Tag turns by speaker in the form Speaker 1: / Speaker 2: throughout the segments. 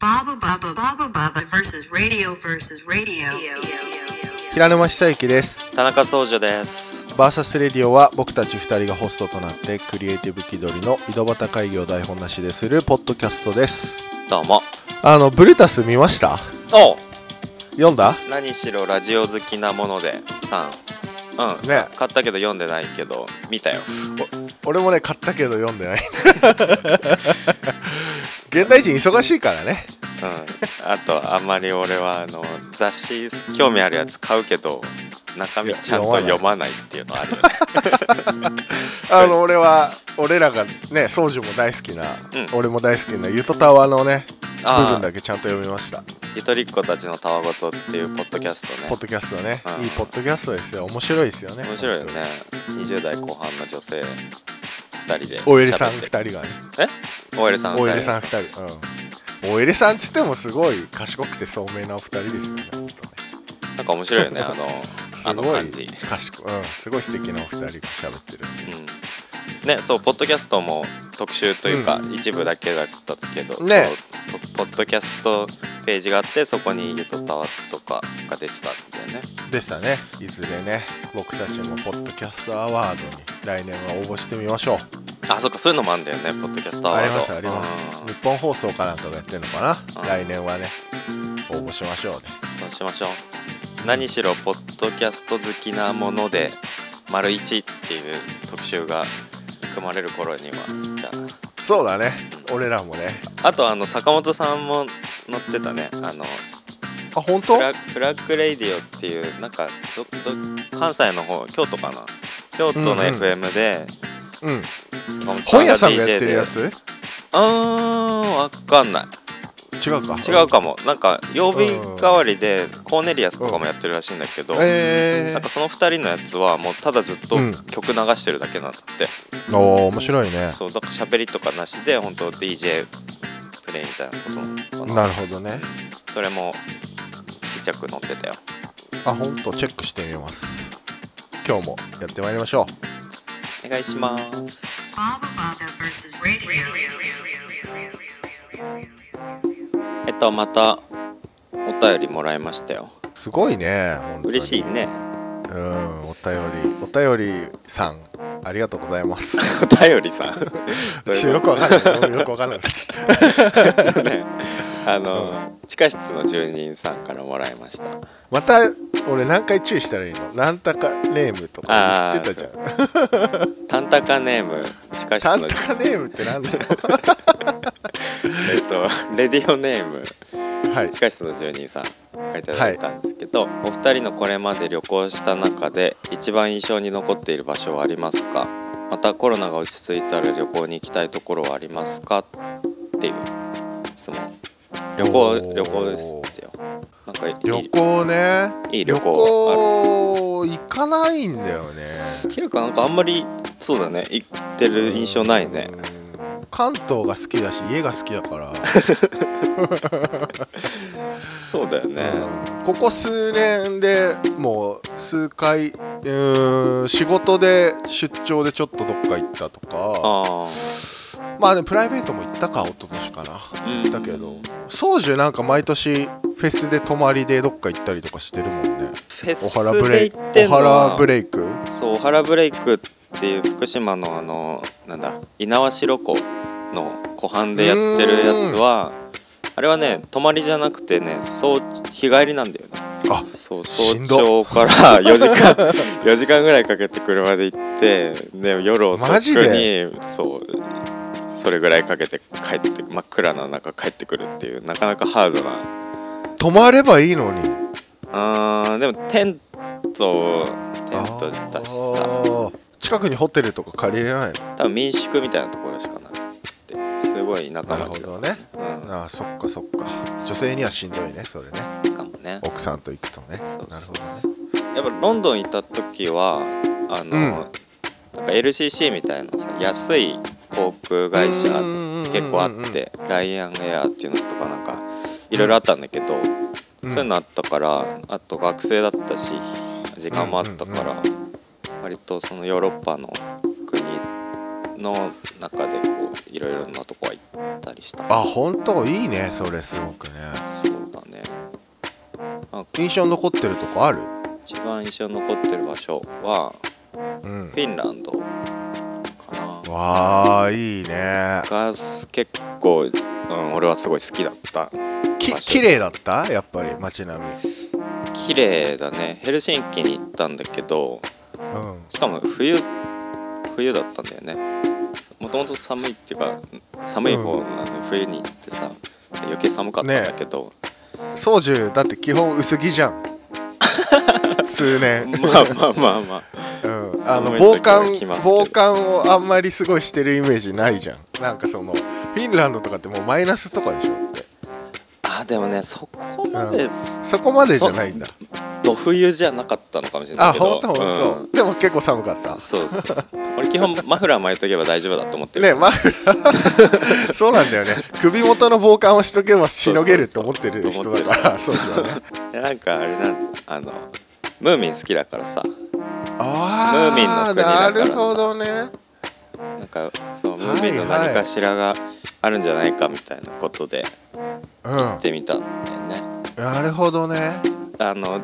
Speaker 1: Baba Baba Baba Baba versus radio versus radio.
Speaker 2: 平沼久之です。
Speaker 3: 田中総女です。
Speaker 2: バーサスレディオは僕たち2人がホストとなってクリエイティブ気取りの井戸端会議を台本なしでするポッドキャストです。
Speaker 3: どうも。
Speaker 2: あの、ブレタス見ました
Speaker 3: おう
Speaker 2: 読んだ
Speaker 3: 何しろラジオ好きなものでさん。うん。
Speaker 2: ね
Speaker 3: 買ったけど読んでないけど見たよ。
Speaker 2: 俺もね、買ったけど読んでない。 現代人忙しいからね。
Speaker 3: うん。あとあんまり俺はあの雑誌興味あるやつ買うけど中身ちゃんと読まないっていうのあるよね。
Speaker 2: あの、俺は、俺らがね、宗樹も大好きな、
Speaker 3: うん
Speaker 2: 俺も大好きなゆとたわのね、部
Speaker 3: あ
Speaker 2: 分
Speaker 3: あ
Speaker 2: だけちゃんと読みました。
Speaker 3: ゆとりっ子たちのたわごとっていうポッドキャスト
Speaker 2: ポ
Speaker 3: ね
Speaker 2: ッ。ドキャストね
Speaker 3: う。ん
Speaker 2: いいポッドキャストですよ。面白いですよね。
Speaker 3: 面白いよね。20代後半の女性2人で。
Speaker 2: おえりさん2。人がね。
Speaker 3: えおえりさん
Speaker 2: お
Speaker 3: 2
Speaker 2: えり
Speaker 3: 人。
Speaker 2: さん2人、うん、おえりさんっつってもすごい賢くて聡明なお二人ですよねほんとね
Speaker 3: なんか面白いよね、あの、あの感
Speaker 2: す
Speaker 3: じ。
Speaker 2: ごい賢い、うん、すごい素敵なお二人が喋ってる
Speaker 3: うんねそうポッドキャストも特集というか、一部だけだったけど、
Speaker 2: ね
Speaker 3: そうポポッドキャストページがあってそこにゆとたわとかが出てたんだよね
Speaker 2: でしたねいずれね僕たちもポッドキャストアワードに来年は応募してみましょう
Speaker 3: あそっかそういうのもあるんだよねポッドキャストアワ
Speaker 2: あ
Speaker 3: ー
Speaker 2: り
Speaker 3: ド
Speaker 2: ますあります日本放送かなんかがやってるのか
Speaker 3: う
Speaker 2: なん来年はね応募しましょうね
Speaker 3: うんそうしましょう何しろポッドキャスト好きなもので「丸一っていう特集が組まれる頃にはじゃ
Speaker 2: そうだね俺らもね
Speaker 3: ああとあの坂本さんも載ってたねあの
Speaker 2: あ本当
Speaker 3: フラフラッグレイディオっていうなんかどど関西の方京都かな京都
Speaker 2: うん
Speaker 3: の
Speaker 2: うん
Speaker 3: FM で、
Speaker 2: うん
Speaker 3: 坂本
Speaker 2: 本屋さん
Speaker 3: が
Speaker 2: がや
Speaker 3: DJ
Speaker 2: ってる
Speaker 3: で
Speaker 2: やつ
Speaker 3: あーわかんない
Speaker 2: 違うか
Speaker 3: 違うかもなんか曜日代わりでコーネリアスとかもやってるらしいんだけど、
Speaker 2: え
Speaker 3: なんかその2人のやつはもうただずっと
Speaker 2: うん
Speaker 3: 曲流してるだけなんだって、
Speaker 2: ー、おー面白いね
Speaker 3: そうだから喋りとかなしで本当 DJ プレイみたいなことなのかな
Speaker 2: なるほどね
Speaker 3: それもちっちゃく載ってたよ
Speaker 2: あ、ほんと、チェックしてみます。今日もやってまいりましょ
Speaker 3: お願いします
Speaker 1: Baba Baba versus radio.
Speaker 3: えっとまたお便りもらいましたよ
Speaker 2: う。すごいね、ほんとに
Speaker 3: 嬉しい。ね
Speaker 2: うん、お便り、お便りさん、ありがとうございます。
Speaker 3: お便 りさん どう
Speaker 2: ちょ
Speaker 3: いう
Speaker 2: よく
Speaker 3: こ
Speaker 2: わかんない。よくわかんない。
Speaker 3: とねあの地下室の住人さんからもらいました
Speaker 2: また、俺何回注意したらいいのなんたかネームとか言ってたじ ゃん。
Speaker 3: タンタカネーム地下室
Speaker 2: な
Speaker 3: の
Speaker 2: んたかネームってなんだよ。
Speaker 3: えっとレディオネーム
Speaker 2: はい
Speaker 3: 地。下室の住人さんからいただいたんですけど、お二人のこれまで旅行した中で一番印象に残っている場所はありますかまたコロナが落ち着いたら旅行に行きたいところはありますかっていう質問旅
Speaker 2: お
Speaker 3: 行
Speaker 2: ー
Speaker 3: 旅行ですってよなんかいい
Speaker 2: 旅行ね。
Speaker 3: いい旅行あ
Speaker 2: 旅行
Speaker 3: る
Speaker 2: 行かないんだよね。
Speaker 3: ひるかなんかあんまりそうだね行ってる印象ないね
Speaker 2: うん関東が好きだし、家が好きだから。
Speaker 3: そうだよね
Speaker 2: ここ数年でもう数回うーん仕事で出張でちょっとどっか行ったとか
Speaker 3: あ
Speaker 2: まあねプライベートも行ったか一昨年かな
Speaker 3: あ
Speaker 2: 行ったけど宗樹なんか毎年フェスで泊まりでどっか行ったりとかしてるもんね
Speaker 3: フェ
Speaker 2: おはら
Speaker 3: ス
Speaker 2: ブレ
Speaker 3: で
Speaker 2: イク
Speaker 3: 行って
Speaker 2: お
Speaker 3: んの
Speaker 2: はら
Speaker 3: は
Speaker 2: ブレイク
Speaker 3: そうおはらブレイクっていう福島のあのなんだ猪苗代湖の湖畔でやってるやつはあれはね泊まりじゃなくてねそう日帰りなんだよね
Speaker 2: あ
Speaker 3: そう
Speaker 2: し
Speaker 3: 早
Speaker 2: んど
Speaker 3: 朝から 4時間4時間ぐらいかけて車で行ってで夜遅く
Speaker 2: マジで
Speaker 3: にそうそれぐらいかけて帰って真っ暗な中帰ってくるっていうなかなかハードな
Speaker 2: 泊まればいいのに
Speaker 3: あーでもテントテントだしさ
Speaker 2: あー近くにホテルとか借りれないの
Speaker 3: 多分民宿みたいなところしかなくてすごい田舎
Speaker 2: なるほ
Speaker 3: 町
Speaker 2: どね
Speaker 3: う
Speaker 2: あーそっかそっか女性にはしんどいねそれね
Speaker 3: んかもね
Speaker 2: 奥さんと行くとねなるほどね
Speaker 3: やっぱロンドン行った時はあ
Speaker 2: う
Speaker 3: の、
Speaker 2: ん
Speaker 3: なんか LCC みたいなさ安い航空会社
Speaker 2: うんうんうんうん
Speaker 3: 結構あってライアンエアっていうのとかなんかいろいろあったんだけど、そういうのあったからあと学生だったし時間もあったから、割とそのヨーロッパの国の中でこういろいろなとこは行ったりしたか
Speaker 2: あ本当いいねそれすごくね
Speaker 3: そうだねあ
Speaker 2: 印象に残ってるとこある
Speaker 3: 一番印象に残ってる場所は
Speaker 2: うん
Speaker 3: フィンランドかな
Speaker 2: わあいいね
Speaker 3: が結構、うん、俺はすごい好きだった
Speaker 2: き綺麗だったやっぱり街並み
Speaker 3: 綺麗だねヘルシンキに行ったんだけど
Speaker 2: うん
Speaker 3: しかも冬冬だったんだよねもともと寒いっていうか寒い方なの、冬に行ってさ余計寒かったんだけど、
Speaker 2: 宗樹だって基本薄着じゃ ん数年、
Speaker 3: まあまあまあまあ
Speaker 2: うん、あの
Speaker 3: 寒い時
Speaker 2: 防寒
Speaker 3: は着ますけど
Speaker 2: 防寒をあんまりすごいしてるイメージないじゃんなんかそのフィンランドとかってもうマイナスとかでしょって
Speaker 3: あでもねそこまで
Speaker 2: そこまでじゃないんだ
Speaker 3: ど冬じゃなかったのかもしれない
Speaker 2: あ
Speaker 3: けど
Speaker 2: 本当本当、
Speaker 3: うん
Speaker 2: でも結構寒かった
Speaker 3: そうそう俺基本マフラー巻いとけば大丈夫だと思ってる
Speaker 2: ねマフラー そうなんだよね首元の防寒をしとけばしのげると思ってる人だから そうだね
Speaker 3: でなんかあれなんあのムーミン好きだからさ
Speaker 2: あ
Speaker 3: ムーミンの
Speaker 2: あ
Speaker 3: 国だか
Speaker 2: な
Speaker 3: ら
Speaker 2: るほどね
Speaker 3: なんかそのムーミンの何かしらがあるんじゃないかみたいなことで行っ
Speaker 2: う
Speaker 3: てみたんだよね。
Speaker 2: んなるほどね
Speaker 3: あの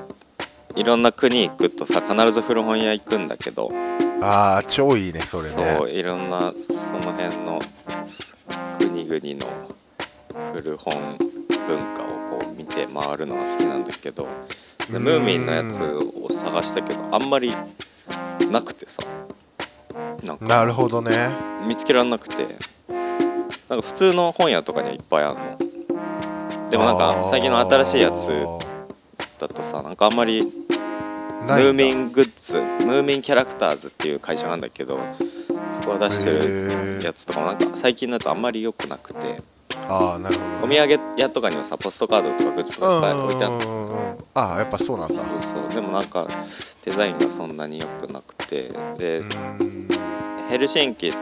Speaker 3: いろんな国行くとさ必ず古本屋行くんだけど、
Speaker 2: ああ超いいねそれね
Speaker 3: そういろんなその辺の国々の古本文化をこう見て回るのが好きなんだけどで
Speaker 2: うん
Speaker 3: ムーミンのやつを探したけどあんまりなくてさなんか
Speaker 2: なるほどね
Speaker 3: 見つけられなくてなんか普通の本屋とかにはいっぱいあるのでもなんか最近の新しいやつだとさなんかあんまりムーミ
Speaker 2: ン
Speaker 3: ングッズムーミンキャラクターズっていう会社なんだけどそこが出してるやつとかもなんか最近だとあんまり良くなくて
Speaker 2: ああなるほ
Speaker 3: お
Speaker 2: ど
Speaker 3: 土産屋とかにもさポストカードとかグッズとかいっぱい置いてあって
Speaker 2: うんうんうんうんああやっぱそうなんだ
Speaker 3: そうそうでもなんかデザインがそんなに良くなくてで、
Speaker 2: うん
Speaker 3: ヘルシンキっ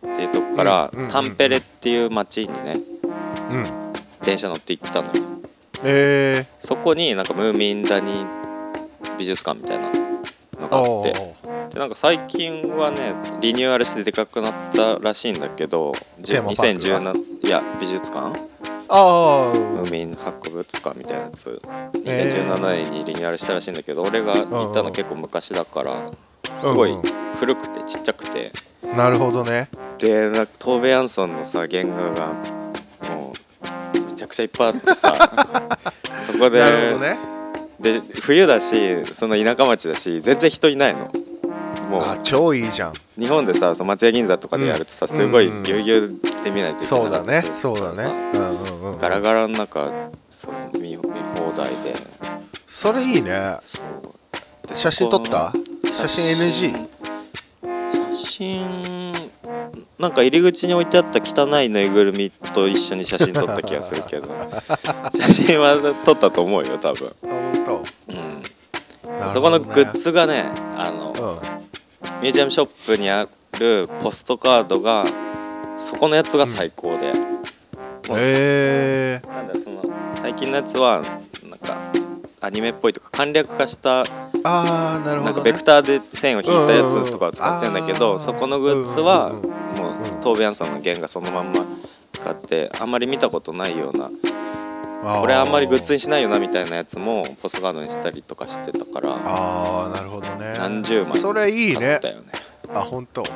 Speaker 3: ていうとこから、
Speaker 2: うんうんうん
Speaker 3: タンペレっていう町にね
Speaker 2: うん
Speaker 3: 電車乗って行ったのよ
Speaker 2: えー
Speaker 3: そこになんかムーミンダニ美術館みたいなのがあっ
Speaker 2: お
Speaker 3: て
Speaker 2: ー
Speaker 3: でなんか最近はねリニューアルしてでかくなったらしいんだけどじゅ
Speaker 2: テーマパークが
Speaker 3: 2017いや美術館
Speaker 2: あー
Speaker 3: ムーミン博物館みたいなやつ
Speaker 2: えー
Speaker 3: 2017年にリニューアルしたらしいんだけど俺が行ったの結構昔だからすごい
Speaker 2: うんう
Speaker 3: 古くてちっちゃくて
Speaker 2: んなるほどね
Speaker 3: でなんかトーベ・ヤンソンのさ原画がもうめちゃくちゃいっぱいあって さそこで
Speaker 2: なるほどね
Speaker 3: で冬だしその田舎町だし全然人いないのも
Speaker 2: あ超いいじゃん
Speaker 3: う日本でさその松屋銀座とかでやるとさ、
Speaker 2: うん
Speaker 3: すごい
Speaker 2: うん
Speaker 3: ぎゅうぎゅうで見ないといけない
Speaker 2: そうだねそうだねうんうんうん
Speaker 3: ガラガラの中その見見放題で
Speaker 2: それいいね
Speaker 3: そうで
Speaker 2: 写真撮った
Speaker 3: そ
Speaker 2: 写
Speaker 3: こ
Speaker 2: 真 NG
Speaker 3: 写真なんか入り口に置いてあった汚いぬいぐるみと一緒に写真撮った気がする けど写真は撮ったと思うよ多分、
Speaker 2: 本
Speaker 3: うん、
Speaker 2: 当なる
Speaker 3: そ
Speaker 2: ほど
Speaker 3: この
Speaker 2: ね
Speaker 3: グッズがねあの、ミュージアムショップにあるポストカードがそこのやつが最高で、
Speaker 2: うんへえ
Speaker 3: なんだろうその最近のやつはなんかアニメっぽいとか簡略化した
Speaker 2: ああなるほ
Speaker 3: なんか
Speaker 2: ど
Speaker 3: ベ
Speaker 2: ね
Speaker 3: クターで線を引いたやつとかを使ってんだけ
Speaker 2: う
Speaker 3: ど、
Speaker 2: んうんうんあー
Speaker 3: そこのグッズは
Speaker 2: うんうん
Speaker 3: もうトーベ・ヤンソンの原画そのまんま使ってあんまり見たことないようなこれあんまりグッズにしないよなみたいなやつもポストカードにしたりとかしてたから
Speaker 2: あーあーなるほどね
Speaker 3: 何十枚
Speaker 2: それいい
Speaker 3: 買っ
Speaker 2: ね
Speaker 3: たよね。
Speaker 2: あ本当
Speaker 3: ん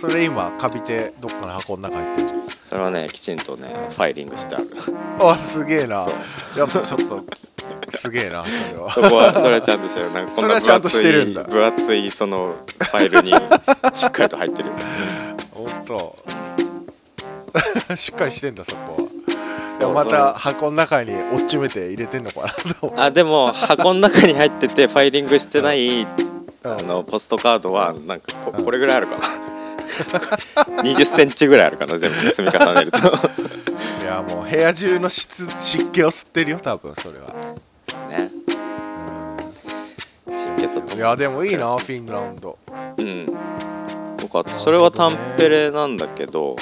Speaker 2: それ今カビてどっかの箱の中入ってる
Speaker 3: それはねきちんとねファイリングしてある。
Speaker 2: あすげえな
Speaker 3: そう
Speaker 2: やっぱちょっとすげえなそれは
Speaker 3: そこはそれはちゃんとしてるなんかこんな
Speaker 2: それはちゃん
Speaker 3: 分
Speaker 2: と
Speaker 3: 厚
Speaker 2: してる
Speaker 3: い
Speaker 2: んだ
Speaker 3: 分厚いそのファイルにしっかりと入ってるよ
Speaker 2: 本当 しっかりしてんだそこはでもまた箱の中に落ちめて入れてんのかなと思
Speaker 3: あでも箱の中に入っててファイリングしてない、
Speaker 2: うん
Speaker 3: あのポストカードはなんかここれぐらいあるかな 2 0ンチぐらいあるかな全部積み重ね ると
Speaker 2: ういやもう部屋中の湿湿気を吸ってるよ多分それは
Speaker 3: ね神経ととも
Speaker 2: い
Speaker 3: に
Speaker 2: やでもいいなフィンランド
Speaker 3: うんよかったそれはタンペレなんだけど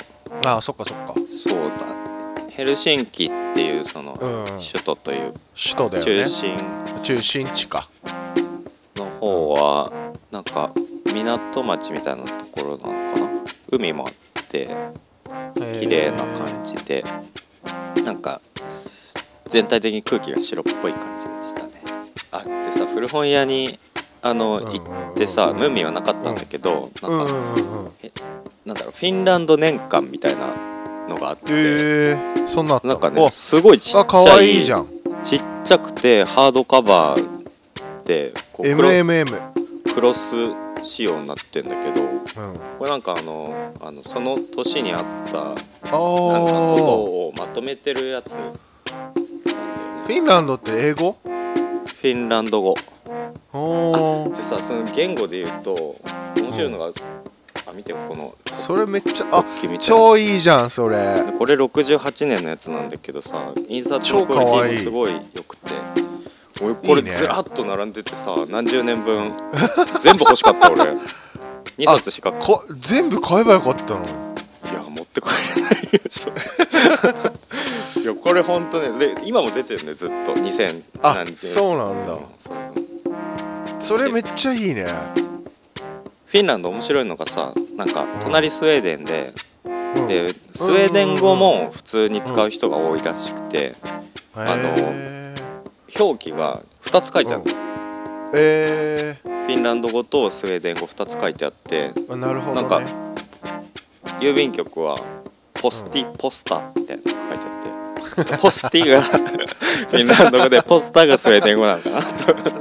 Speaker 2: あそっかそっか
Speaker 3: そうだヘルシンキっていうその
Speaker 2: うん
Speaker 3: 首都という
Speaker 2: 首都だよ
Speaker 3: 中
Speaker 2: ね
Speaker 3: 心、
Speaker 2: 中心地か
Speaker 3: の方はなんか港町みたいなところなのかな海もあって綺麗な感じで、全体的に空気が白っぽい感じでしたねあでさ古本屋にあの
Speaker 2: うんうん
Speaker 3: 行
Speaker 2: うん
Speaker 3: ってさムーミンはなかったんだけど
Speaker 2: うん
Speaker 3: なん
Speaker 2: う
Speaker 3: か
Speaker 2: んうんうん
Speaker 3: なんだろうフィンランド年間みたいなのがあって
Speaker 2: えー、そんなあった
Speaker 3: なんかねすごいちっち
Speaker 2: あ
Speaker 3: ゃ
Speaker 2: あ可愛いじゃん
Speaker 3: ちっちゃくてハードカバーでこうクロ
Speaker 2: MMM
Speaker 3: クロス仕様になってんだけど
Speaker 2: うん
Speaker 3: これなんかあのあのその年にあった
Speaker 2: あ
Speaker 3: なんかこと
Speaker 2: ー
Speaker 3: をまとめてるやつなんだよ
Speaker 2: フ
Speaker 3: ね
Speaker 2: ィンランドって英語
Speaker 3: フィンランド語
Speaker 2: おー
Speaker 3: でさその言語で言うと面白いのが、あ見てこの
Speaker 2: それめっちゃあ
Speaker 3: 君ちゃん
Speaker 2: 超いいじゃんそれ
Speaker 3: これ68年のやつなんだけどさ印刷のクオリティもすごい良くて俺これ
Speaker 2: いいね
Speaker 3: ずらっと並んでてさ何十年分全部欲しかっ た俺2冊しか
Speaker 2: こ全部買えばよかったのに
Speaker 3: いや持って帰れないよちょ っといやこれほんとねで今も出てるねずっと2000
Speaker 2: あ
Speaker 3: 何十
Speaker 2: そうなんだ
Speaker 3: そう
Speaker 2: それめっちゃいいね
Speaker 3: フィンランド面白いのがさなんか隣スウェーデンで
Speaker 2: うん
Speaker 3: でスウェーデン語も普通に使う人が多いらしくて
Speaker 2: へ
Speaker 3: あの
Speaker 2: ー
Speaker 3: 表記が2つ書いてある
Speaker 2: うんえ
Speaker 3: フィンランド語とスウェーデン語2つ書いてあって
Speaker 2: ー、あなるほど、ね、
Speaker 3: なんか郵便局はポスティ、ポスターみたいなのが書いてあってポスティ がフィンランド語でポスターがスウェーデン語なんか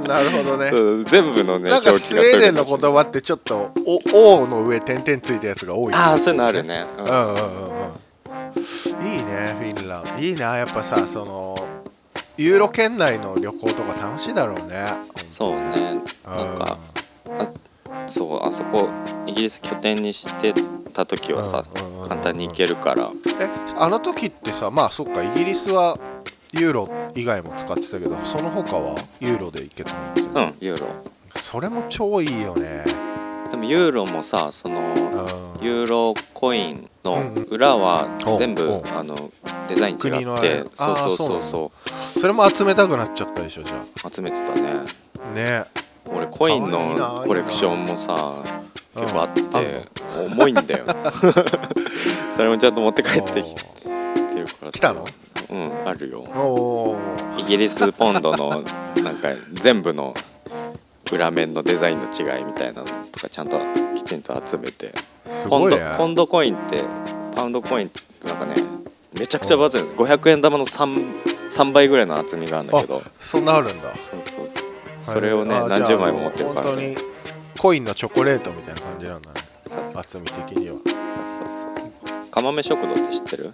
Speaker 3: な
Speaker 2: なるほどね
Speaker 3: そう全部のね
Speaker 2: なん
Speaker 3: 表記
Speaker 2: か
Speaker 3: が
Speaker 2: スウェーデンの
Speaker 3: そ
Speaker 2: 言
Speaker 3: ういう
Speaker 2: 葉ってちょっとお「王の上点々ついたやつが多い
Speaker 3: ああそういうのあるね、
Speaker 2: う
Speaker 3: うん
Speaker 2: んうんうんうんいいねフィンランドいいなやっぱさそのユーロ圏内の旅行とか楽しいだろうね
Speaker 3: そうねなんかそうあそこイギリス拠点にしてた時はさ
Speaker 2: うんうんうんうん
Speaker 3: 簡単に行けるから
Speaker 2: うんえあの時ってさまあそっかイギリスはユーロ以外も使ってたけどその他はユーロで行けたんですよ、
Speaker 3: うんユーロ
Speaker 2: それも超いいよね
Speaker 3: でもユーロもさその
Speaker 2: うん
Speaker 3: ユーロコインの
Speaker 2: うんうん
Speaker 3: 裏は全部、
Speaker 2: おう
Speaker 3: あのデザイン違って
Speaker 2: 国のあれ
Speaker 3: そうそう
Speaker 2: あーそうな
Speaker 3: そ
Speaker 2: ん
Speaker 3: う
Speaker 2: だ
Speaker 3: そ
Speaker 2: それも集めたくなっちゃったでしょじゃ
Speaker 3: う集めてたね
Speaker 2: あね
Speaker 3: 俺コイン
Speaker 2: かわいいな
Speaker 3: のコレクションもさ
Speaker 2: うん
Speaker 3: 結構あって
Speaker 2: ある
Speaker 3: 重い んだよそれもちゃんと持って帰ってきて
Speaker 2: お
Speaker 3: るから
Speaker 2: 来たの
Speaker 3: うんあるよ
Speaker 2: ーおー
Speaker 3: イギリスポンドのなんか全部の裏面のデザインの違いみたいなのとかちゃんときちんと集めて
Speaker 2: す
Speaker 3: ポ
Speaker 2: ごい
Speaker 3: ンド
Speaker 2: ね
Speaker 3: ポンドコインってパウンドコインってなんかねめちゃくちゃバズる500円玉の 3, 3倍ぐらいの厚みがあるんだけど
Speaker 2: あそんなあるんだ
Speaker 3: そうそうそうそれをね
Speaker 2: あ
Speaker 3: 何
Speaker 2: じ
Speaker 3: 十
Speaker 2: ゃあ
Speaker 3: 枚も持ってるから
Speaker 2: 本当に
Speaker 3: ね
Speaker 2: コインのチョコレートみたいな感じなんだね
Speaker 3: そうそうそう
Speaker 2: 厚み的には
Speaker 3: そうそう釜飯食堂って知ってる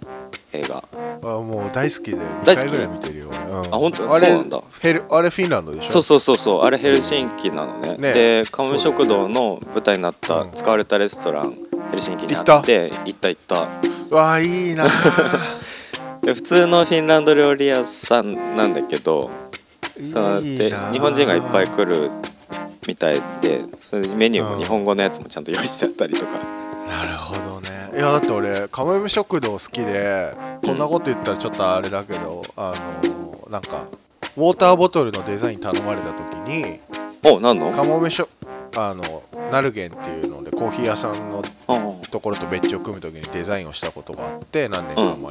Speaker 3: 映画
Speaker 2: あもう大好きで2
Speaker 3: 大好
Speaker 2: 回
Speaker 3: き
Speaker 2: ぐらい見てるよ、うん、あ
Speaker 3: 本当
Speaker 2: あれ
Speaker 3: そうなんだ
Speaker 2: ヘルあれフィンランドでしょ
Speaker 3: そうそうそうそうあれヘルシンキなのね
Speaker 2: ね
Speaker 3: で釜飯食堂の舞台になった
Speaker 2: うん
Speaker 3: 使われたレストランヘルシンキにあって行った行った
Speaker 2: うわあいいな
Speaker 3: で普通のフィンランド料理屋さんなんだけどそうやっ
Speaker 2: いい
Speaker 3: て
Speaker 2: な
Speaker 3: 日本人がいっぱい来るみたいでそれでメニューも日本語のやつもちゃんと用意してあったりとか、
Speaker 2: なるほどねいやだって俺カムイム食堂好きでこんなこと言ったらちょっとあれだけどあのーなんかウォーターボトルのデザイン頼まれた時に
Speaker 3: おなんの
Speaker 2: カモメショあのナルゲンっていうのでコーヒー屋さんの
Speaker 3: うん
Speaker 2: ところと別地を組む時にデザインをしたことがあって何年か前に、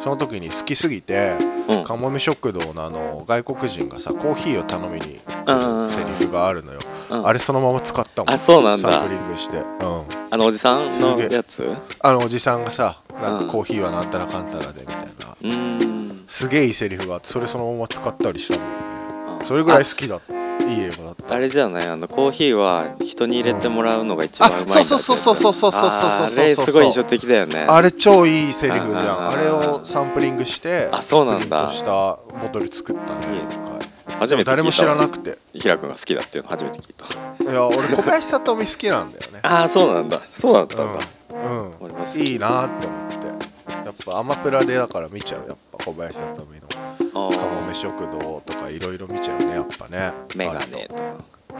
Speaker 2: その時に好きすぎて、
Speaker 3: うん
Speaker 2: カモメ食堂のあの外国人がさコーヒーを頼みに
Speaker 3: うん
Speaker 2: セリフがあるのよ、
Speaker 3: うん
Speaker 2: あれそのまま使ったもん
Speaker 3: あそうなん
Speaker 2: サ
Speaker 3: だ
Speaker 2: ンプリングして、うん、
Speaker 3: あのおじさんのやつう
Speaker 2: あのおじさんがさなん
Speaker 3: うん
Speaker 2: かコーヒーはなんたらかんたらでみたいな
Speaker 3: ーん
Speaker 2: すげえいいセリフがあってそれそのまま使ったりしたもんね
Speaker 3: あ
Speaker 2: それぐらい好きだいい映画だった
Speaker 3: ああれじゃないあのコーヒーは人に入れてもらうのが一番うまいんだ
Speaker 2: あそうそうそうそうそうそうそうそう
Speaker 3: あーあれすごい印象的だよね
Speaker 2: あれ超いいセリフじゃん
Speaker 3: あ
Speaker 2: あ
Speaker 3: ー
Speaker 2: れをサンプリングして
Speaker 3: あそうなんだ
Speaker 2: プリントしたボトル作ったね
Speaker 3: いいね
Speaker 2: で
Speaker 3: 初
Speaker 2: も
Speaker 3: めて聞いた
Speaker 2: 誰も知らなくて
Speaker 3: 平君が好きだっていうの初めて聞いた
Speaker 2: いや俺小林聡美好きなんだよね
Speaker 3: ああそうなんだそうだったんだ、
Speaker 2: うん、
Speaker 3: 俺も好
Speaker 2: うん、
Speaker 3: き
Speaker 2: いいなって思ってやっぱアマプラでだから見ちゃうやっぱ小林聡美の「
Speaker 3: あ
Speaker 2: かも
Speaker 3: ー
Speaker 2: め食堂」とかいろいろ見ちゃうねやっぱね
Speaker 3: メガネとか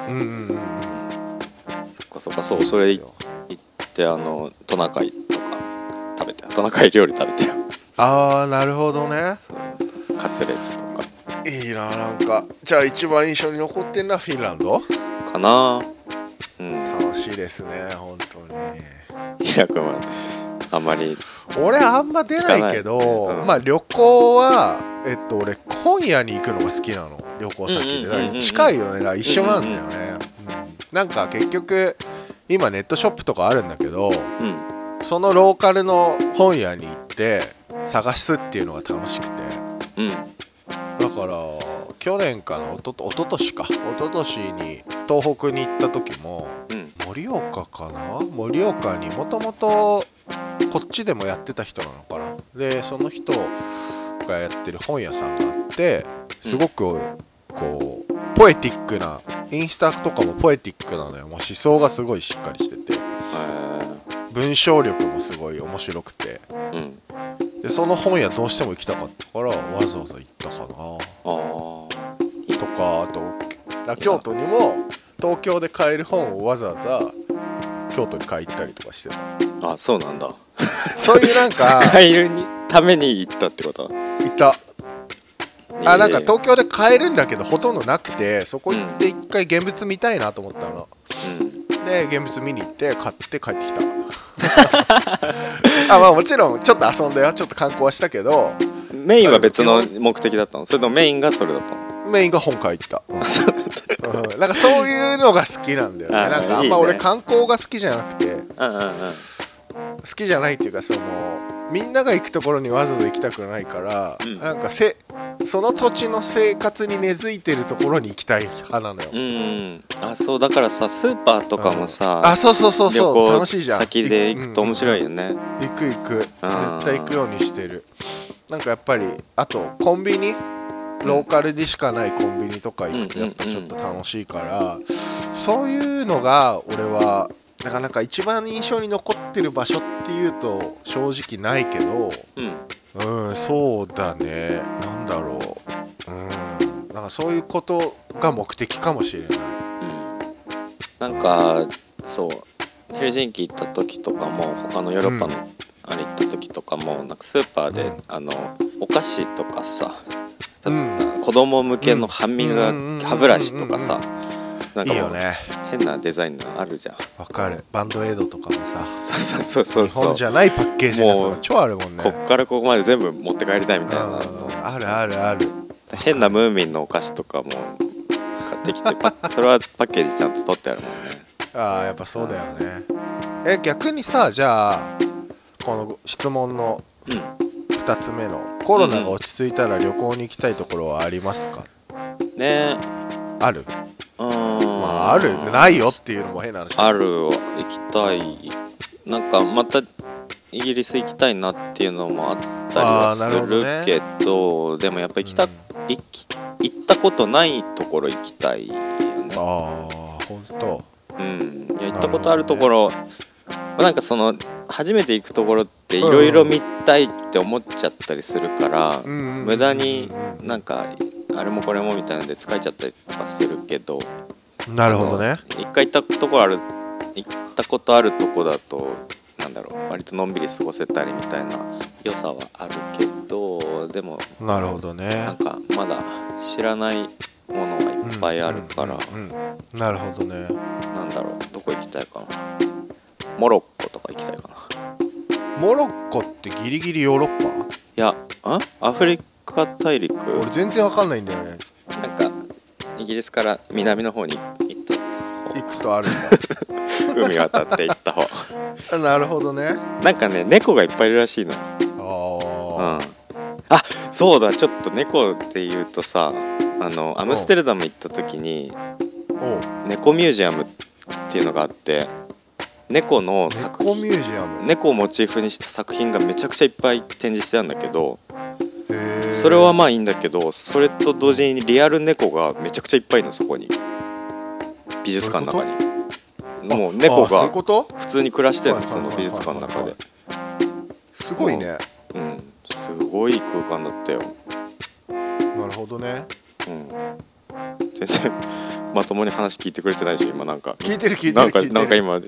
Speaker 2: うんうんうん
Speaker 3: そっかそっかそうそれ行ってあのトナカイとか食べてトナカイ料理食べてよ
Speaker 2: ああなるほどね
Speaker 3: カツレツと
Speaker 2: いいななんかじゃあ一番印象に残ってんなフィンランド
Speaker 3: かかなうん
Speaker 2: 楽しいですね本当に
Speaker 3: 平君はあんまり
Speaker 2: 俺あんま出ないけど
Speaker 3: うん
Speaker 2: まあ旅行はえっと俺今夜に行くのが好きなの旅行先でだか
Speaker 3: うんうんうんう
Speaker 2: ら
Speaker 3: ん
Speaker 2: 近いよねだから一緒なんだよね、うんなんか結局今ネットショップとかあるんだけど
Speaker 3: うん
Speaker 2: そのローカルの本屋に行って探すっていうのが楽しくて
Speaker 3: うん
Speaker 2: だから去年かなおとと一昨年か一昨年に東北に行った時も
Speaker 3: うん
Speaker 2: 盛岡かな盛岡にもともとこっちでもやってた人なのかなでその人がやってる本屋さんがあってすごくこうポエティックなインスタとかもポエティックなのよもう思想がすごいしっかりしてて
Speaker 3: へ
Speaker 2: 文章力もすごい面白くて
Speaker 3: えうん
Speaker 2: でその本屋どうしても行きたかったからわざわざ行ったかな
Speaker 3: ああ
Speaker 2: とかあとだ京都にも東京で買える本をわざわざ京都に買い行ったりとかしてた
Speaker 3: ーあそうなんだ
Speaker 2: そういうなんか
Speaker 3: カエルにために行ったってこと
Speaker 2: いたあなんか
Speaker 3: と
Speaker 2: 東京で買えるんだけどほとんどなくてそこ行って一回現物見たいなと思ったので現物見に行って買って帰ってきたあまあもちろんちょっと遊んだよちょっと観光はしたけど
Speaker 3: うん、メインは別の目的だったのそれともメインがそれだったの
Speaker 2: メインが本買い行った、うん、なんかそういうのが好きなんだよね
Speaker 3: あー
Speaker 2: なんかあん
Speaker 3: いい
Speaker 2: ま
Speaker 3: ね
Speaker 2: 俺観光が好きじゃなくて
Speaker 3: うんうんうん
Speaker 2: 好きじゃないっていうかそのみんなが行くところにわざわざ行きたくないから、
Speaker 3: うん
Speaker 2: なんかせその土地の生活に根付いてるところに行きたい派なのよ、
Speaker 3: うんあそうだからさスーパーとかもさ、
Speaker 2: あそうそうそうそう
Speaker 3: 旅行
Speaker 2: 楽しいじゃん
Speaker 3: 先で行くと面
Speaker 2: い、
Speaker 3: 白いよね、
Speaker 2: うん行く行く絶対行くようにしてるなんかやっぱりあとコンビニローカルでしかないコンビニとか行くと
Speaker 3: うん
Speaker 2: やっぱちょっと楽しいから、そういうのが俺はなかなか一番印象に残ってる場所っていうと正直ないけど
Speaker 3: うん
Speaker 2: うんそうだねなんだろううんなんかそういうことが目的かもしれない
Speaker 3: なんかそうヘルシンキ行った時とかも他のヨーロッパのあれ行った時とかも、なんかスーパーで、
Speaker 2: うん
Speaker 3: あのお菓子とかさ、
Speaker 2: うん
Speaker 3: 子供向けの歯磨
Speaker 2: うんうんうんうん
Speaker 3: き歯ブラシとかさ、なん
Speaker 2: い
Speaker 3: か
Speaker 2: い
Speaker 3: も
Speaker 2: よ
Speaker 3: う
Speaker 2: ね
Speaker 3: 変なデザインのあるじゃん
Speaker 2: わかるバンドエイドとかもさ
Speaker 3: そうそうそう
Speaker 2: 日本
Speaker 3: そう
Speaker 2: じゃないパッケージのやつ
Speaker 3: も
Speaker 2: も
Speaker 3: う
Speaker 2: 超あるもんね
Speaker 3: こっからここまで全部持って帰りたいみたいな
Speaker 2: うんあるあるある
Speaker 3: 変なムーミンのお菓子とかも買って きてパッそれはパッケージちゃんと取ってあるもんね
Speaker 2: あーやっぱそうだよねえ逆にさじゃあこの質問の
Speaker 3: うん
Speaker 2: 2つ目のコロナが落ち着いたら旅行に行きたいところはありますか
Speaker 3: ねえ
Speaker 2: ある
Speaker 3: うーん
Speaker 2: まああるないよっていうのも変な話
Speaker 3: あるを行きたいなんかまたイギリス行きたいなっていうのもあったり
Speaker 2: あーな
Speaker 3: は
Speaker 2: る
Speaker 3: す
Speaker 2: ほど
Speaker 3: る
Speaker 2: ね
Speaker 3: けどでもやっぱ行きた、
Speaker 2: うん
Speaker 3: 行き行ったことないところ行きたいよね
Speaker 2: ああ本当
Speaker 3: うんいや行ったことあるところなんかその初めて行くところっていろいろ見たいって思っちゃったりするから、
Speaker 2: うんうんうんうん
Speaker 3: 無駄になんかあれもこれもみたいなんで疲れちゃったりとかするけど
Speaker 2: なるほどね
Speaker 3: 一回行ったとこある行ったことあるとこだとなんだろう割とのんびり過ごせたりみたいな良さはあるけどでも
Speaker 2: なるほどね
Speaker 3: なんかまだ知らないものがいっぱいあるから、
Speaker 2: うんうんうんなるほどね
Speaker 3: なんだろうどこ行きたいかなモロッコとか行きたいかない
Speaker 2: モロッコってギリギリヨーロッパ
Speaker 3: やあアフリカ大陸
Speaker 2: 俺全然わかんないんだよね
Speaker 3: なんかイギリスから南の方に行った
Speaker 2: 行くとあるん
Speaker 3: 海渡って行った方
Speaker 2: だなるほどね
Speaker 3: なんかね猫がいっぱいいるらしいのようん、
Speaker 2: あ
Speaker 3: あそうだちょっと猫っていうとさあのアムステルダム行った時に
Speaker 2: あ、おう
Speaker 3: 猫ミュージアムっていうのがあって猫の作
Speaker 2: 猫ミ
Speaker 3: 品
Speaker 2: ュージアムへ
Speaker 3: 猫をモチーフにした作品がめちゃくちゃいっぱい展示してたんだけど
Speaker 2: え
Speaker 3: それはまあいいんだけどそれと同時にリアル猫がめちゃくちゃいっぱいいるのそこに美術館の中にもう猫
Speaker 2: あそういう
Speaker 3: が
Speaker 2: こと
Speaker 3: 普通に暮らしてるの
Speaker 2: はいは
Speaker 3: そ
Speaker 2: いはい
Speaker 3: の美術館の中で
Speaker 2: すごいねな
Speaker 3: うんすごい空間だったよ
Speaker 2: るほどね
Speaker 3: うん全然まともに話聞いてくれてないでしょ今なんか
Speaker 2: 聞いてる聞いてる
Speaker 3: なんか
Speaker 2: 聞いてる
Speaker 3: なんか今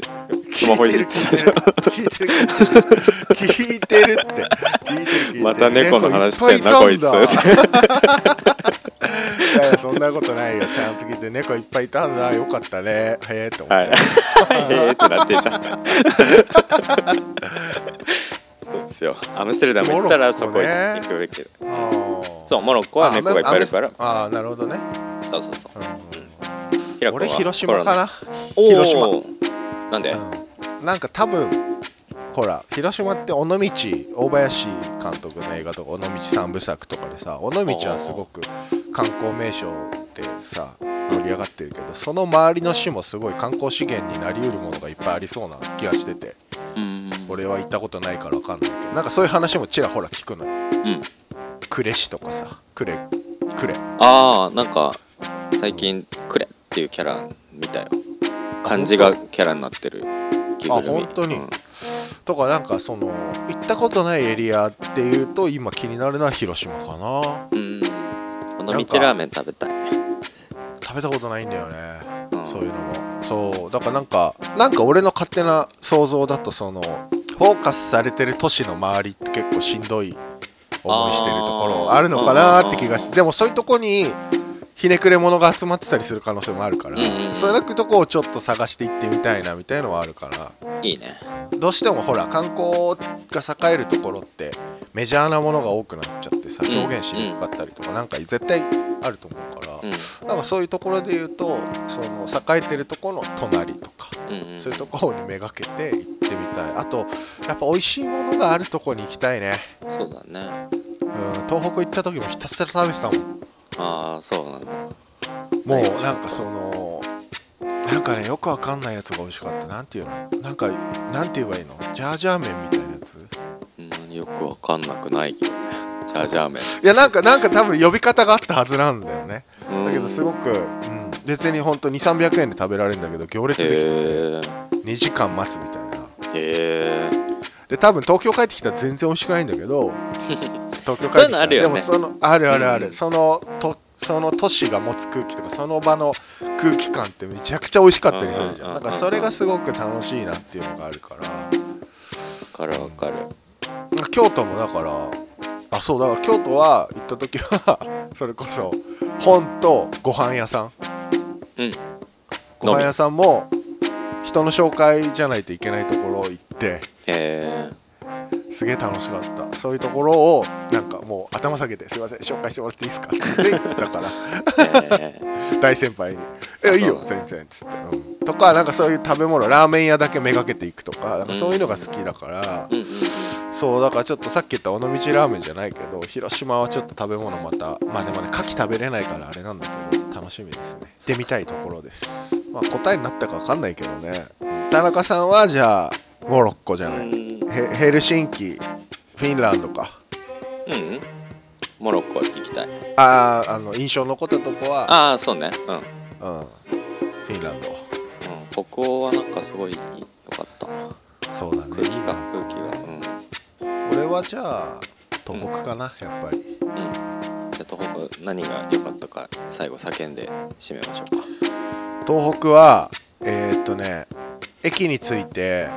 Speaker 3: スマホいじってたじゃん
Speaker 2: 聞いてる聞いてる聞いてる聞いてるって聞いてる聞いてる
Speaker 3: また猫の話してんな
Speaker 2: 猫
Speaker 3: こ
Speaker 2: い
Speaker 3: い
Speaker 2: っ
Speaker 3: つ
Speaker 2: ぱいいたんだいやいやそんなことないよちゃんと聞いて猫いっぱいいたんだよかったねへえって思っ
Speaker 3: はい
Speaker 2: て、
Speaker 3: ええーってなってるじゃんそうですよアムステルダム行ったら
Speaker 2: モロ
Speaker 3: そ
Speaker 2: ッ
Speaker 3: こ
Speaker 2: コね
Speaker 3: 行くべきだ
Speaker 2: あー
Speaker 3: そうモロッコは猫がいっぱいいるから
Speaker 2: ああなるほどね、
Speaker 3: そうそうそ
Speaker 2: う
Speaker 3: うひら
Speaker 2: ん、
Speaker 3: こ
Speaker 2: 俺
Speaker 3: は
Speaker 2: 広島かな
Speaker 3: コロナ
Speaker 2: 広島
Speaker 3: おーなんで、
Speaker 2: うんなんか多分ほら広島って尾道大林監督の映画とか尾道三部作とかでさ尾道はすごく観光名所でさ盛り上がってるけどその周りの市もすごい観光資源になりうるものがいっぱいありそうな気がしてて
Speaker 3: うん
Speaker 2: 俺は行ったことないから分かんないけどなんかそういう話もちらほら聞くのよ
Speaker 3: うん
Speaker 2: 呉市とかさ呉呉
Speaker 3: ああなんか最近「くれ」っていうキャラ見たよ漢字がキャラになってる着ぐるみ
Speaker 2: あ本当に
Speaker 3: うん
Speaker 2: とかなんかその行ったことないエリアっていうと今気になるのは広島かな
Speaker 3: うん尾道ラーメン食べたい
Speaker 2: 食べたことないんだよね
Speaker 3: うん
Speaker 2: そういうのもそうだからなんかなんか俺の勝手な想像だとそのフォーカスされてる都市の周りって結構しんどい思いしてるところあるのかなーって気がしてでもそういうとこにひねくれ者が集まってたりする可能性もあるから、
Speaker 3: うんうんうん
Speaker 2: そういうとこをちょっと探していってみたいなみたいのはあるから
Speaker 3: いいね
Speaker 2: どうしてもほら観光が栄えるところってメジャーなものが多くなっちゃってさ
Speaker 3: うん
Speaker 2: 表現しにくかったりとかなんか絶対あると思うから、
Speaker 3: うん
Speaker 2: なんかそういうところで言うとその栄えてるところの隣とか
Speaker 3: うんうん
Speaker 2: そういうところにめがけて行ってみたいあとやっぱ美味しいものがあるところに行きたいね、
Speaker 3: そうだね
Speaker 2: うん、東北行った時もひたすら食べてたもん
Speaker 3: ああそうなんだ
Speaker 2: もうなんかそのなんかねよくわかんないやつが美味しかったなんていうのなんかなんて言えばいいのジャージャー麺みたいなやつ
Speaker 3: うんよくわかんなくないけどねジャージャー麺
Speaker 2: いやなんかなんか多分呼び方があったはずなんだよね
Speaker 3: うん
Speaker 2: だけどすごく、うん、別にほんと2300円で食べられるんだけど行列できて
Speaker 3: へ
Speaker 2: 2時間待つみたいな
Speaker 3: えへえ
Speaker 2: で多分東京帰ってきたら全然美味しくないんだけ ど東京帰ってきた
Speaker 3: そういうのあるよね
Speaker 2: でもそのあるあるある、
Speaker 3: うん
Speaker 2: そのとその都市が持つ空気とかその場の空気感ってめちゃくちゃ美味しかったりするじゃん
Speaker 3: う
Speaker 2: な
Speaker 3: んうんうんうん
Speaker 2: んかそれがすごく楽しいなっていうのがあるから
Speaker 3: わかるわかる
Speaker 2: なんか京都もだからあそうだから京都は行った時は それこそ本とご飯屋さん
Speaker 3: うん
Speaker 2: ご飯屋さんも人の紹介じゃないといけないところ行って
Speaker 3: へえ
Speaker 2: すげえ楽しかったそういうところをなんかもう頭下げて「すいません紹介してもらっていいですか?」って言ったから 大先輩に「
Speaker 3: あ
Speaker 2: えいいよ
Speaker 3: そう
Speaker 2: 全然」っつって、うんとかなんかそういう食べ物ラーメン屋だけめがけていくとかなんかそういうのが好きだから、
Speaker 3: うんうんうん
Speaker 2: そうだからちょっとさっき言った尾道ラーメンじゃないけど広島はちょっと食べ物またまあでもね牡蠣食べれないからあれなんだけど楽しみですね行ってみたいところですまあ答えになったかわかんないけどね田中さんはじゃあモロッコじゃない、
Speaker 3: うん
Speaker 2: ヘヘルシンキフィンランドか
Speaker 3: うんモロッコ行きたい
Speaker 2: あーあの印象残ったとこは
Speaker 3: ああそうねうん
Speaker 2: うん、フィンランド
Speaker 3: うん、北欧はなんかすごい良かったな
Speaker 2: そうだね
Speaker 3: 空気
Speaker 2: いいな
Speaker 3: が空気がうん
Speaker 2: 俺はじゃあ東北かな、やっぱり
Speaker 3: じゃあ東北何が良かったか最後叫んで締めましょうか
Speaker 2: 東北はえーっとね駅に着いて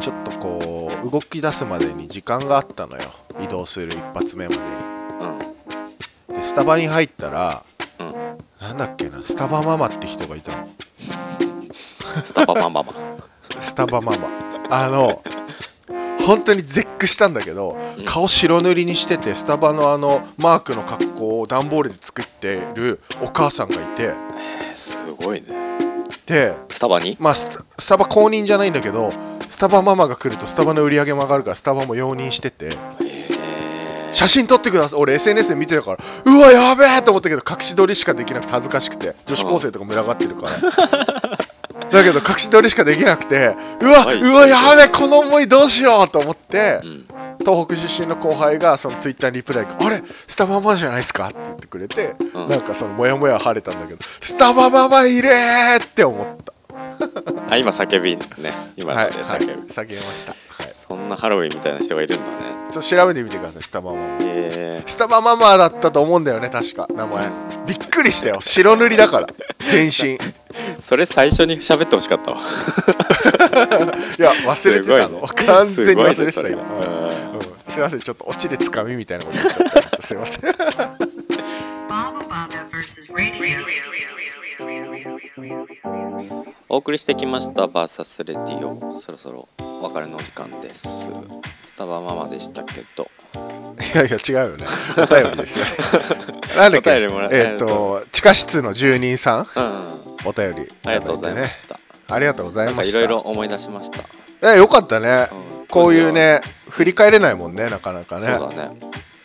Speaker 2: ちょっとこう動き出すまでに時間があったのよ移動する一発目までにでスタバに入ったら
Speaker 3: うんうん
Speaker 2: なんだっけなスタバママって人がいたの
Speaker 3: スタバマママ
Speaker 2: スタバママあの本当に絶句したんだけど
Speaker 3: うん
Speaker 2: 顔白塗りにしててスタバのあのマークの格好を段ボールで作ってるお母さんがいて
Speaker 3: えーすごいね
Speaker 2: で
Speaker 3: スタバに
Speaker 2: まあスタスタバ公認じゃないんだけどスタバママが来るとスタバの売り上げも上がるからスタバも容認してて
Speaker 3: えー
Speaker 2: 写真撮ってください俺 SNS で見てたからうわやべえと思ったけど隠し撮りしかできなくて恥ずかしくて女子高生とか群がってるから だけど隠し撮りしかできなくてうわ、
Speaker 3: はいう
Speaker 2: わやべえこの思いどうしようと思って、
Speaker 3: うん
Speaker 2: 東北出身の後輩がそのツイッターにリプライあれスタバママじゃないですか?」って言ってくれて、
Speaker 3: うん
Speaker 2: なんかそのモヤモヤは晴れたんだけど「スタバママいれ!」って思った
Speaker 3: あ今叫びね今
Speaker 2: は
Speaker 3: の
Speaker 2: い、
Speaker 3: で
Speaker 2: は
Speaker 3: 叫
Speaker 2: い、
Speaker 3: び、
Speaker 2: 下げました、はい、ち
Speaker 3: そんなハロウィンみたいな人がいるんだね
Speaker 2: ょっと調べてみてくださいスタバママ
Speaker 3: え
Speaker 2: スタバママだったと思うんだよね確か名前びっくりしたよ白塗りだから全身い
Speaker 3: ー、 それ最初に喋ってほしかったわ
Speaker 2: や忘れてた
Speaker 3: す
Speaker 2: の、
Speaker 3: ごいね
Speaker 2: 完全に忘れて
Speaker 3: すご
Speaker 2: た今、う
Speaker 3: いねそれ
Speaker 2: ん
Speaker 3: うん
Speaker 2: うんすいませんちょっとオチでつかみみたいなこと言っちゃったすいません
Speaker 1: Baba Baba versus radio.
Speaker 3: お送りしてきました「バーサスレディオ」そろそろお別れの時間ですスタバママでしたけど
Speaker 2: やいや違うよね お便りですよねなんだっけ
Speaker 3: お便りもら
Speaker 2: えっ、と地下室の住人さん
Speaker 3: うん
Speaker 2: お便り
Speaker 3: ありがとうございま
Speaker 2: ね
Speaker 3: した、
Speaker 2: ありがとうござい
Speaker 3: なん
Speaker 2: ま
Speaker 3: か
Speaker 2: し
Speaker 3: い
Speaker 2: た
Speaker 3: ろいろ思い出しました、
Speaker 2: えよかったね、
Speaker 3: ん
Speaker 2: こういうね振り返れないもんねなかなかね
Speaker 3: そうだね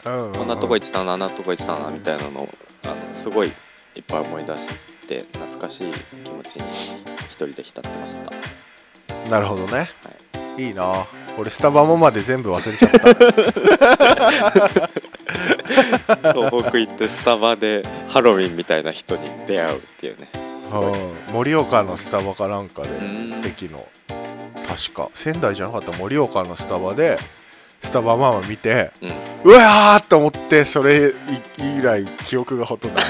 Speaker 2: うんうんうん
Speaker 3: こんなとこ行ってたなあんなとこ行ってたなみたいなのをあのすごいいっぱい思い出して懐かしい気持ちに一人で浸ってました、はい、
Speaker 2: なるほどねいいな俺スタバもまで全部忘れちゃ った
Speaker 3: 東北行ってスタバでハロウィンみたいな人に出会うっていうね
Speaker 2: うん盛岡のスタバかなんかで
Speaker 3: ん
Speaker 2: 駅の確か仙台じゃなかった盛岡のスタバでスタバママ見て
Speaker 3: うん
Speaker 2: うわーと思ってそれい以来記憶がほとんど ない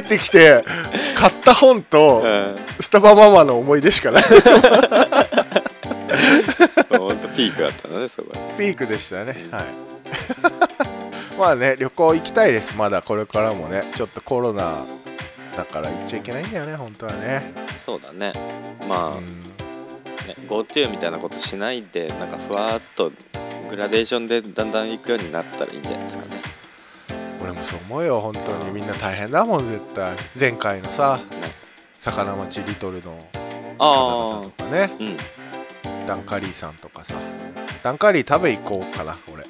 Speaker 2: 帰ってきて買った本と
Speaker 3: うん
Speaker 2: スタバママの思い出しかない
Speaker 3: ほんとピークだったのねそこは
Speaker 2: ピークでしたねはい まあね旅行行きたいですまだこれからもねちょっとコロナだから行っちゃいけないんだよね本当はね
Speaker 3: そうだねまあ、
Speaker 2: う
Speaker 3: ね
Speaker 2: ん
Speaker 3: GoTo みたいなことしないでなんかふわーっとグラデーションでだんだん行くようになったらいいんじゃないですかね
Speaker 2: 俺もそう思うよ本当にみんな大変だもん絶対前回のさ
Speaker 3: ね
Speaker 2: 魚町リトルの方
Speaker 3: あ
Speaker 2: 々とかね
Speaker 3: あうん
Speaker 2: ダンカリーさんとかさダンカリー食べ行こうかな俺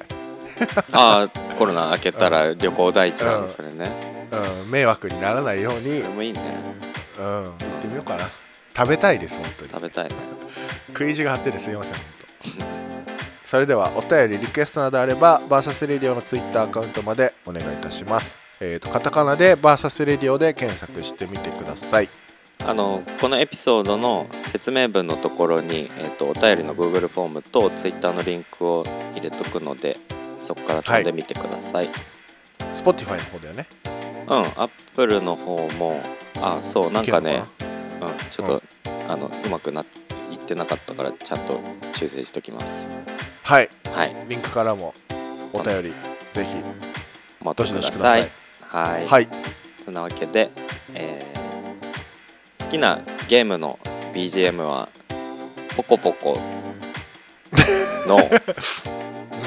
Speaker 3: ああコロナ明けたら旅行第一なんですよね、
Speaker 2: うん迷惑にならないように、うん
Speaker 3: それ、もいいね
Speaker 2: 行ってみようかな食べたいです本当に
Speaker 3: 食べたいね
Speaker 2: 食い意地が張ってですいません本当それではお便りリクエストなどあればバーサスレディオのツイッターアカウントまでお願いいたしますえー、とカタカナでバーサスレディオで検索してみてください
Speaker 3: あのこのエピソードの説明文のところに、えっとお便りの Google フォームと Twitter のリンクを入れとくのでそこから飛んでみてください、
Speaker 2: Spotify の方だよね
Speaker 3: うんアップルの方もあそうなんかねうん、ちょっと、あのうまくなっいってなかったからちゃんと修正しときます
Speaker 2: はい
Speaker 3: はい
Speaker 2: リンクからもお便りぜひ
Speaker 3: お待ってくだ
Speaker 2: どしどしくださ
Speaker 3: さい
Speaker 2: い
Speaker 3: はい
Speaker 2: はい
Speaker 3: そんなわけで、えー好きなゲームの BGM は「ポコポコの」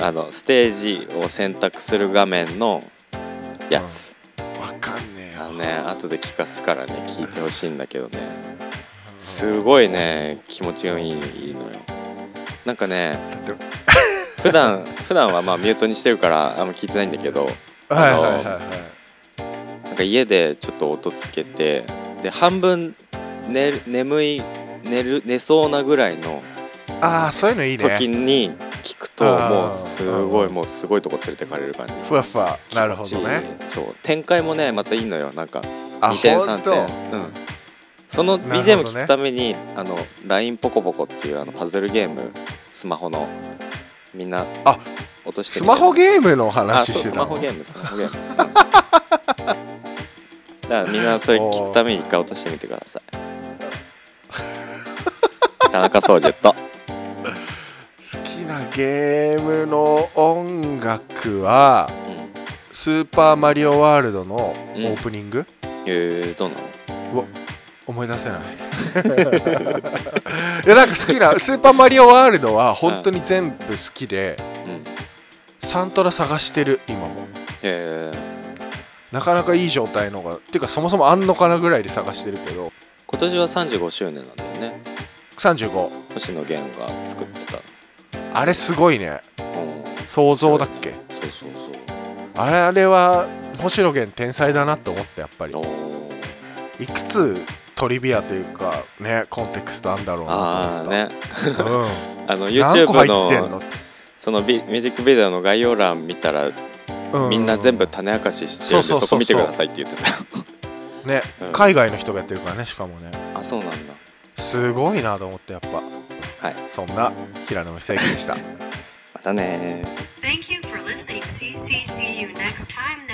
Speaker 3: あのステージを選択する画面のやつ、
Speaker 2: わかんねえ
Speaker 3: あの
Speaker 2: よ
Speaker 3: ね後で聞かすからね聞いてほしいんだけどねすごいね気持ちがいいのよなんかね
Speaker 2: だって
Speaker 3: 普段普段はまあミュートにしてるからあんま聞いてないんだけど
Speaker 2: はい
Speaker 3: あの
Speaker 2: はいはいはい
Speaker 3: なんか家でちょっと音つけてで半分寝る眠い寝る寝そうなぐらいの
Speaker 2: ああそういうのいい
Speaker 3: 時
Speaker 2: ね
Speaker 3: に聞くと
Speaker 2: あ
Speaker 3: も
Speaker 2: ー
Speaker 3: うすごい
Speaker 2: うん
Speaker 3: もうすごいとこ連れてかれる感じ
Speaker 2: ふわふわなるほ
Speaker 3: 気
Speaker 2: ど
Speaker 3: 持ちいい
Speaker 2: ね
Speaker 3: そう展開もねまたいいのよなんか
Speaker 2: あ
Speaker 3: 2点
Speaker 2: ほんと
Speaker 3: 3点うんその
Speaker 2: なる
Speaker 3: BGM
Speaker 2: ほどね
Speaker 3: 聞くためにあの LINE ポコポコっていうあのパズルゲームスマホのみんな
Speaker 2: あ
Speaker 3: 落として
Speaker 2: スマホ
Speaker 3: ーム
Speaker 2: ゲームの
Speaker 3: あ
Speaker 2: 話
Speaker 3: そう
Speaker 2: して
Speaker 3: ス
Speaker 2: た
Speaker 3: マホ
Speaker 2: の
Speaker 3: ゲームスマホゲームうんだからみんなそれ聞くために一回落としてみてくだ さい田中総司と
Speaker 2: 好きなゲームの音楽は
Speaker 3: うん
Speaker 2: 「スーパーマリオワールド」のオープニング、
Speaker 3: えー、どうなの
Speaker 2: うわ思い出せない いやなんか好きな「スーパーマリオワールド」は本当に全部好きで
Speaker 3: うん
Speaker 2: サントラ探してる今も
Speaker 3: えー
Speaker 2: なかなかいい状態のがっていうかそもそもあんのかなぐらいで探してるけど
Speaker 3: 今年は35周年なんだよね
Speaker 2: 35
Speaker 3: 星野源が作ってた、
Speaker 2: あれすごいね
Speaker 3: うん、
Speaker 2: 想像だっけ
Speaker 3: そうそうそう
Speaker 2: あれあれは星野源天才だなと思ったやっぱり
Speaker 3: おー
Speaker 2: いくつトリビアというかねコンテクストあんだろう
Speaker 3: あ
Speaker 2: な
Speaker 3: あ
Speaker 2: と思っ
Speaker 3: ね
Speaker 2: た、
Speaker 3: あの
Speaker 2: うん、何個入
Speaker 3: YouTube
Speaker 2: って
Speaker 3: の
Speaker 2: んの
Speaker 3: そのビミュージックビデオの概要欄見たら、
Speaker 2: う
Speaker 3: みんな全部種明かししてるんで
Speaker 2: そうそうそうそう
Speaker 3: そこ見てくださいって言ってた
Speaker 2: ね、
Speaker 3: うん
Speaker 2: 海外の人がやってるからねしかもね
Speaker 3: あそうなんだ
Speaker 2: すごいなと思ってやっぱ
Speaker 3: はい
Speaker 2: そんな平野正幸でした
Speaker 3: またねー
Speaker 1: Thank you for listening. CCC you next time.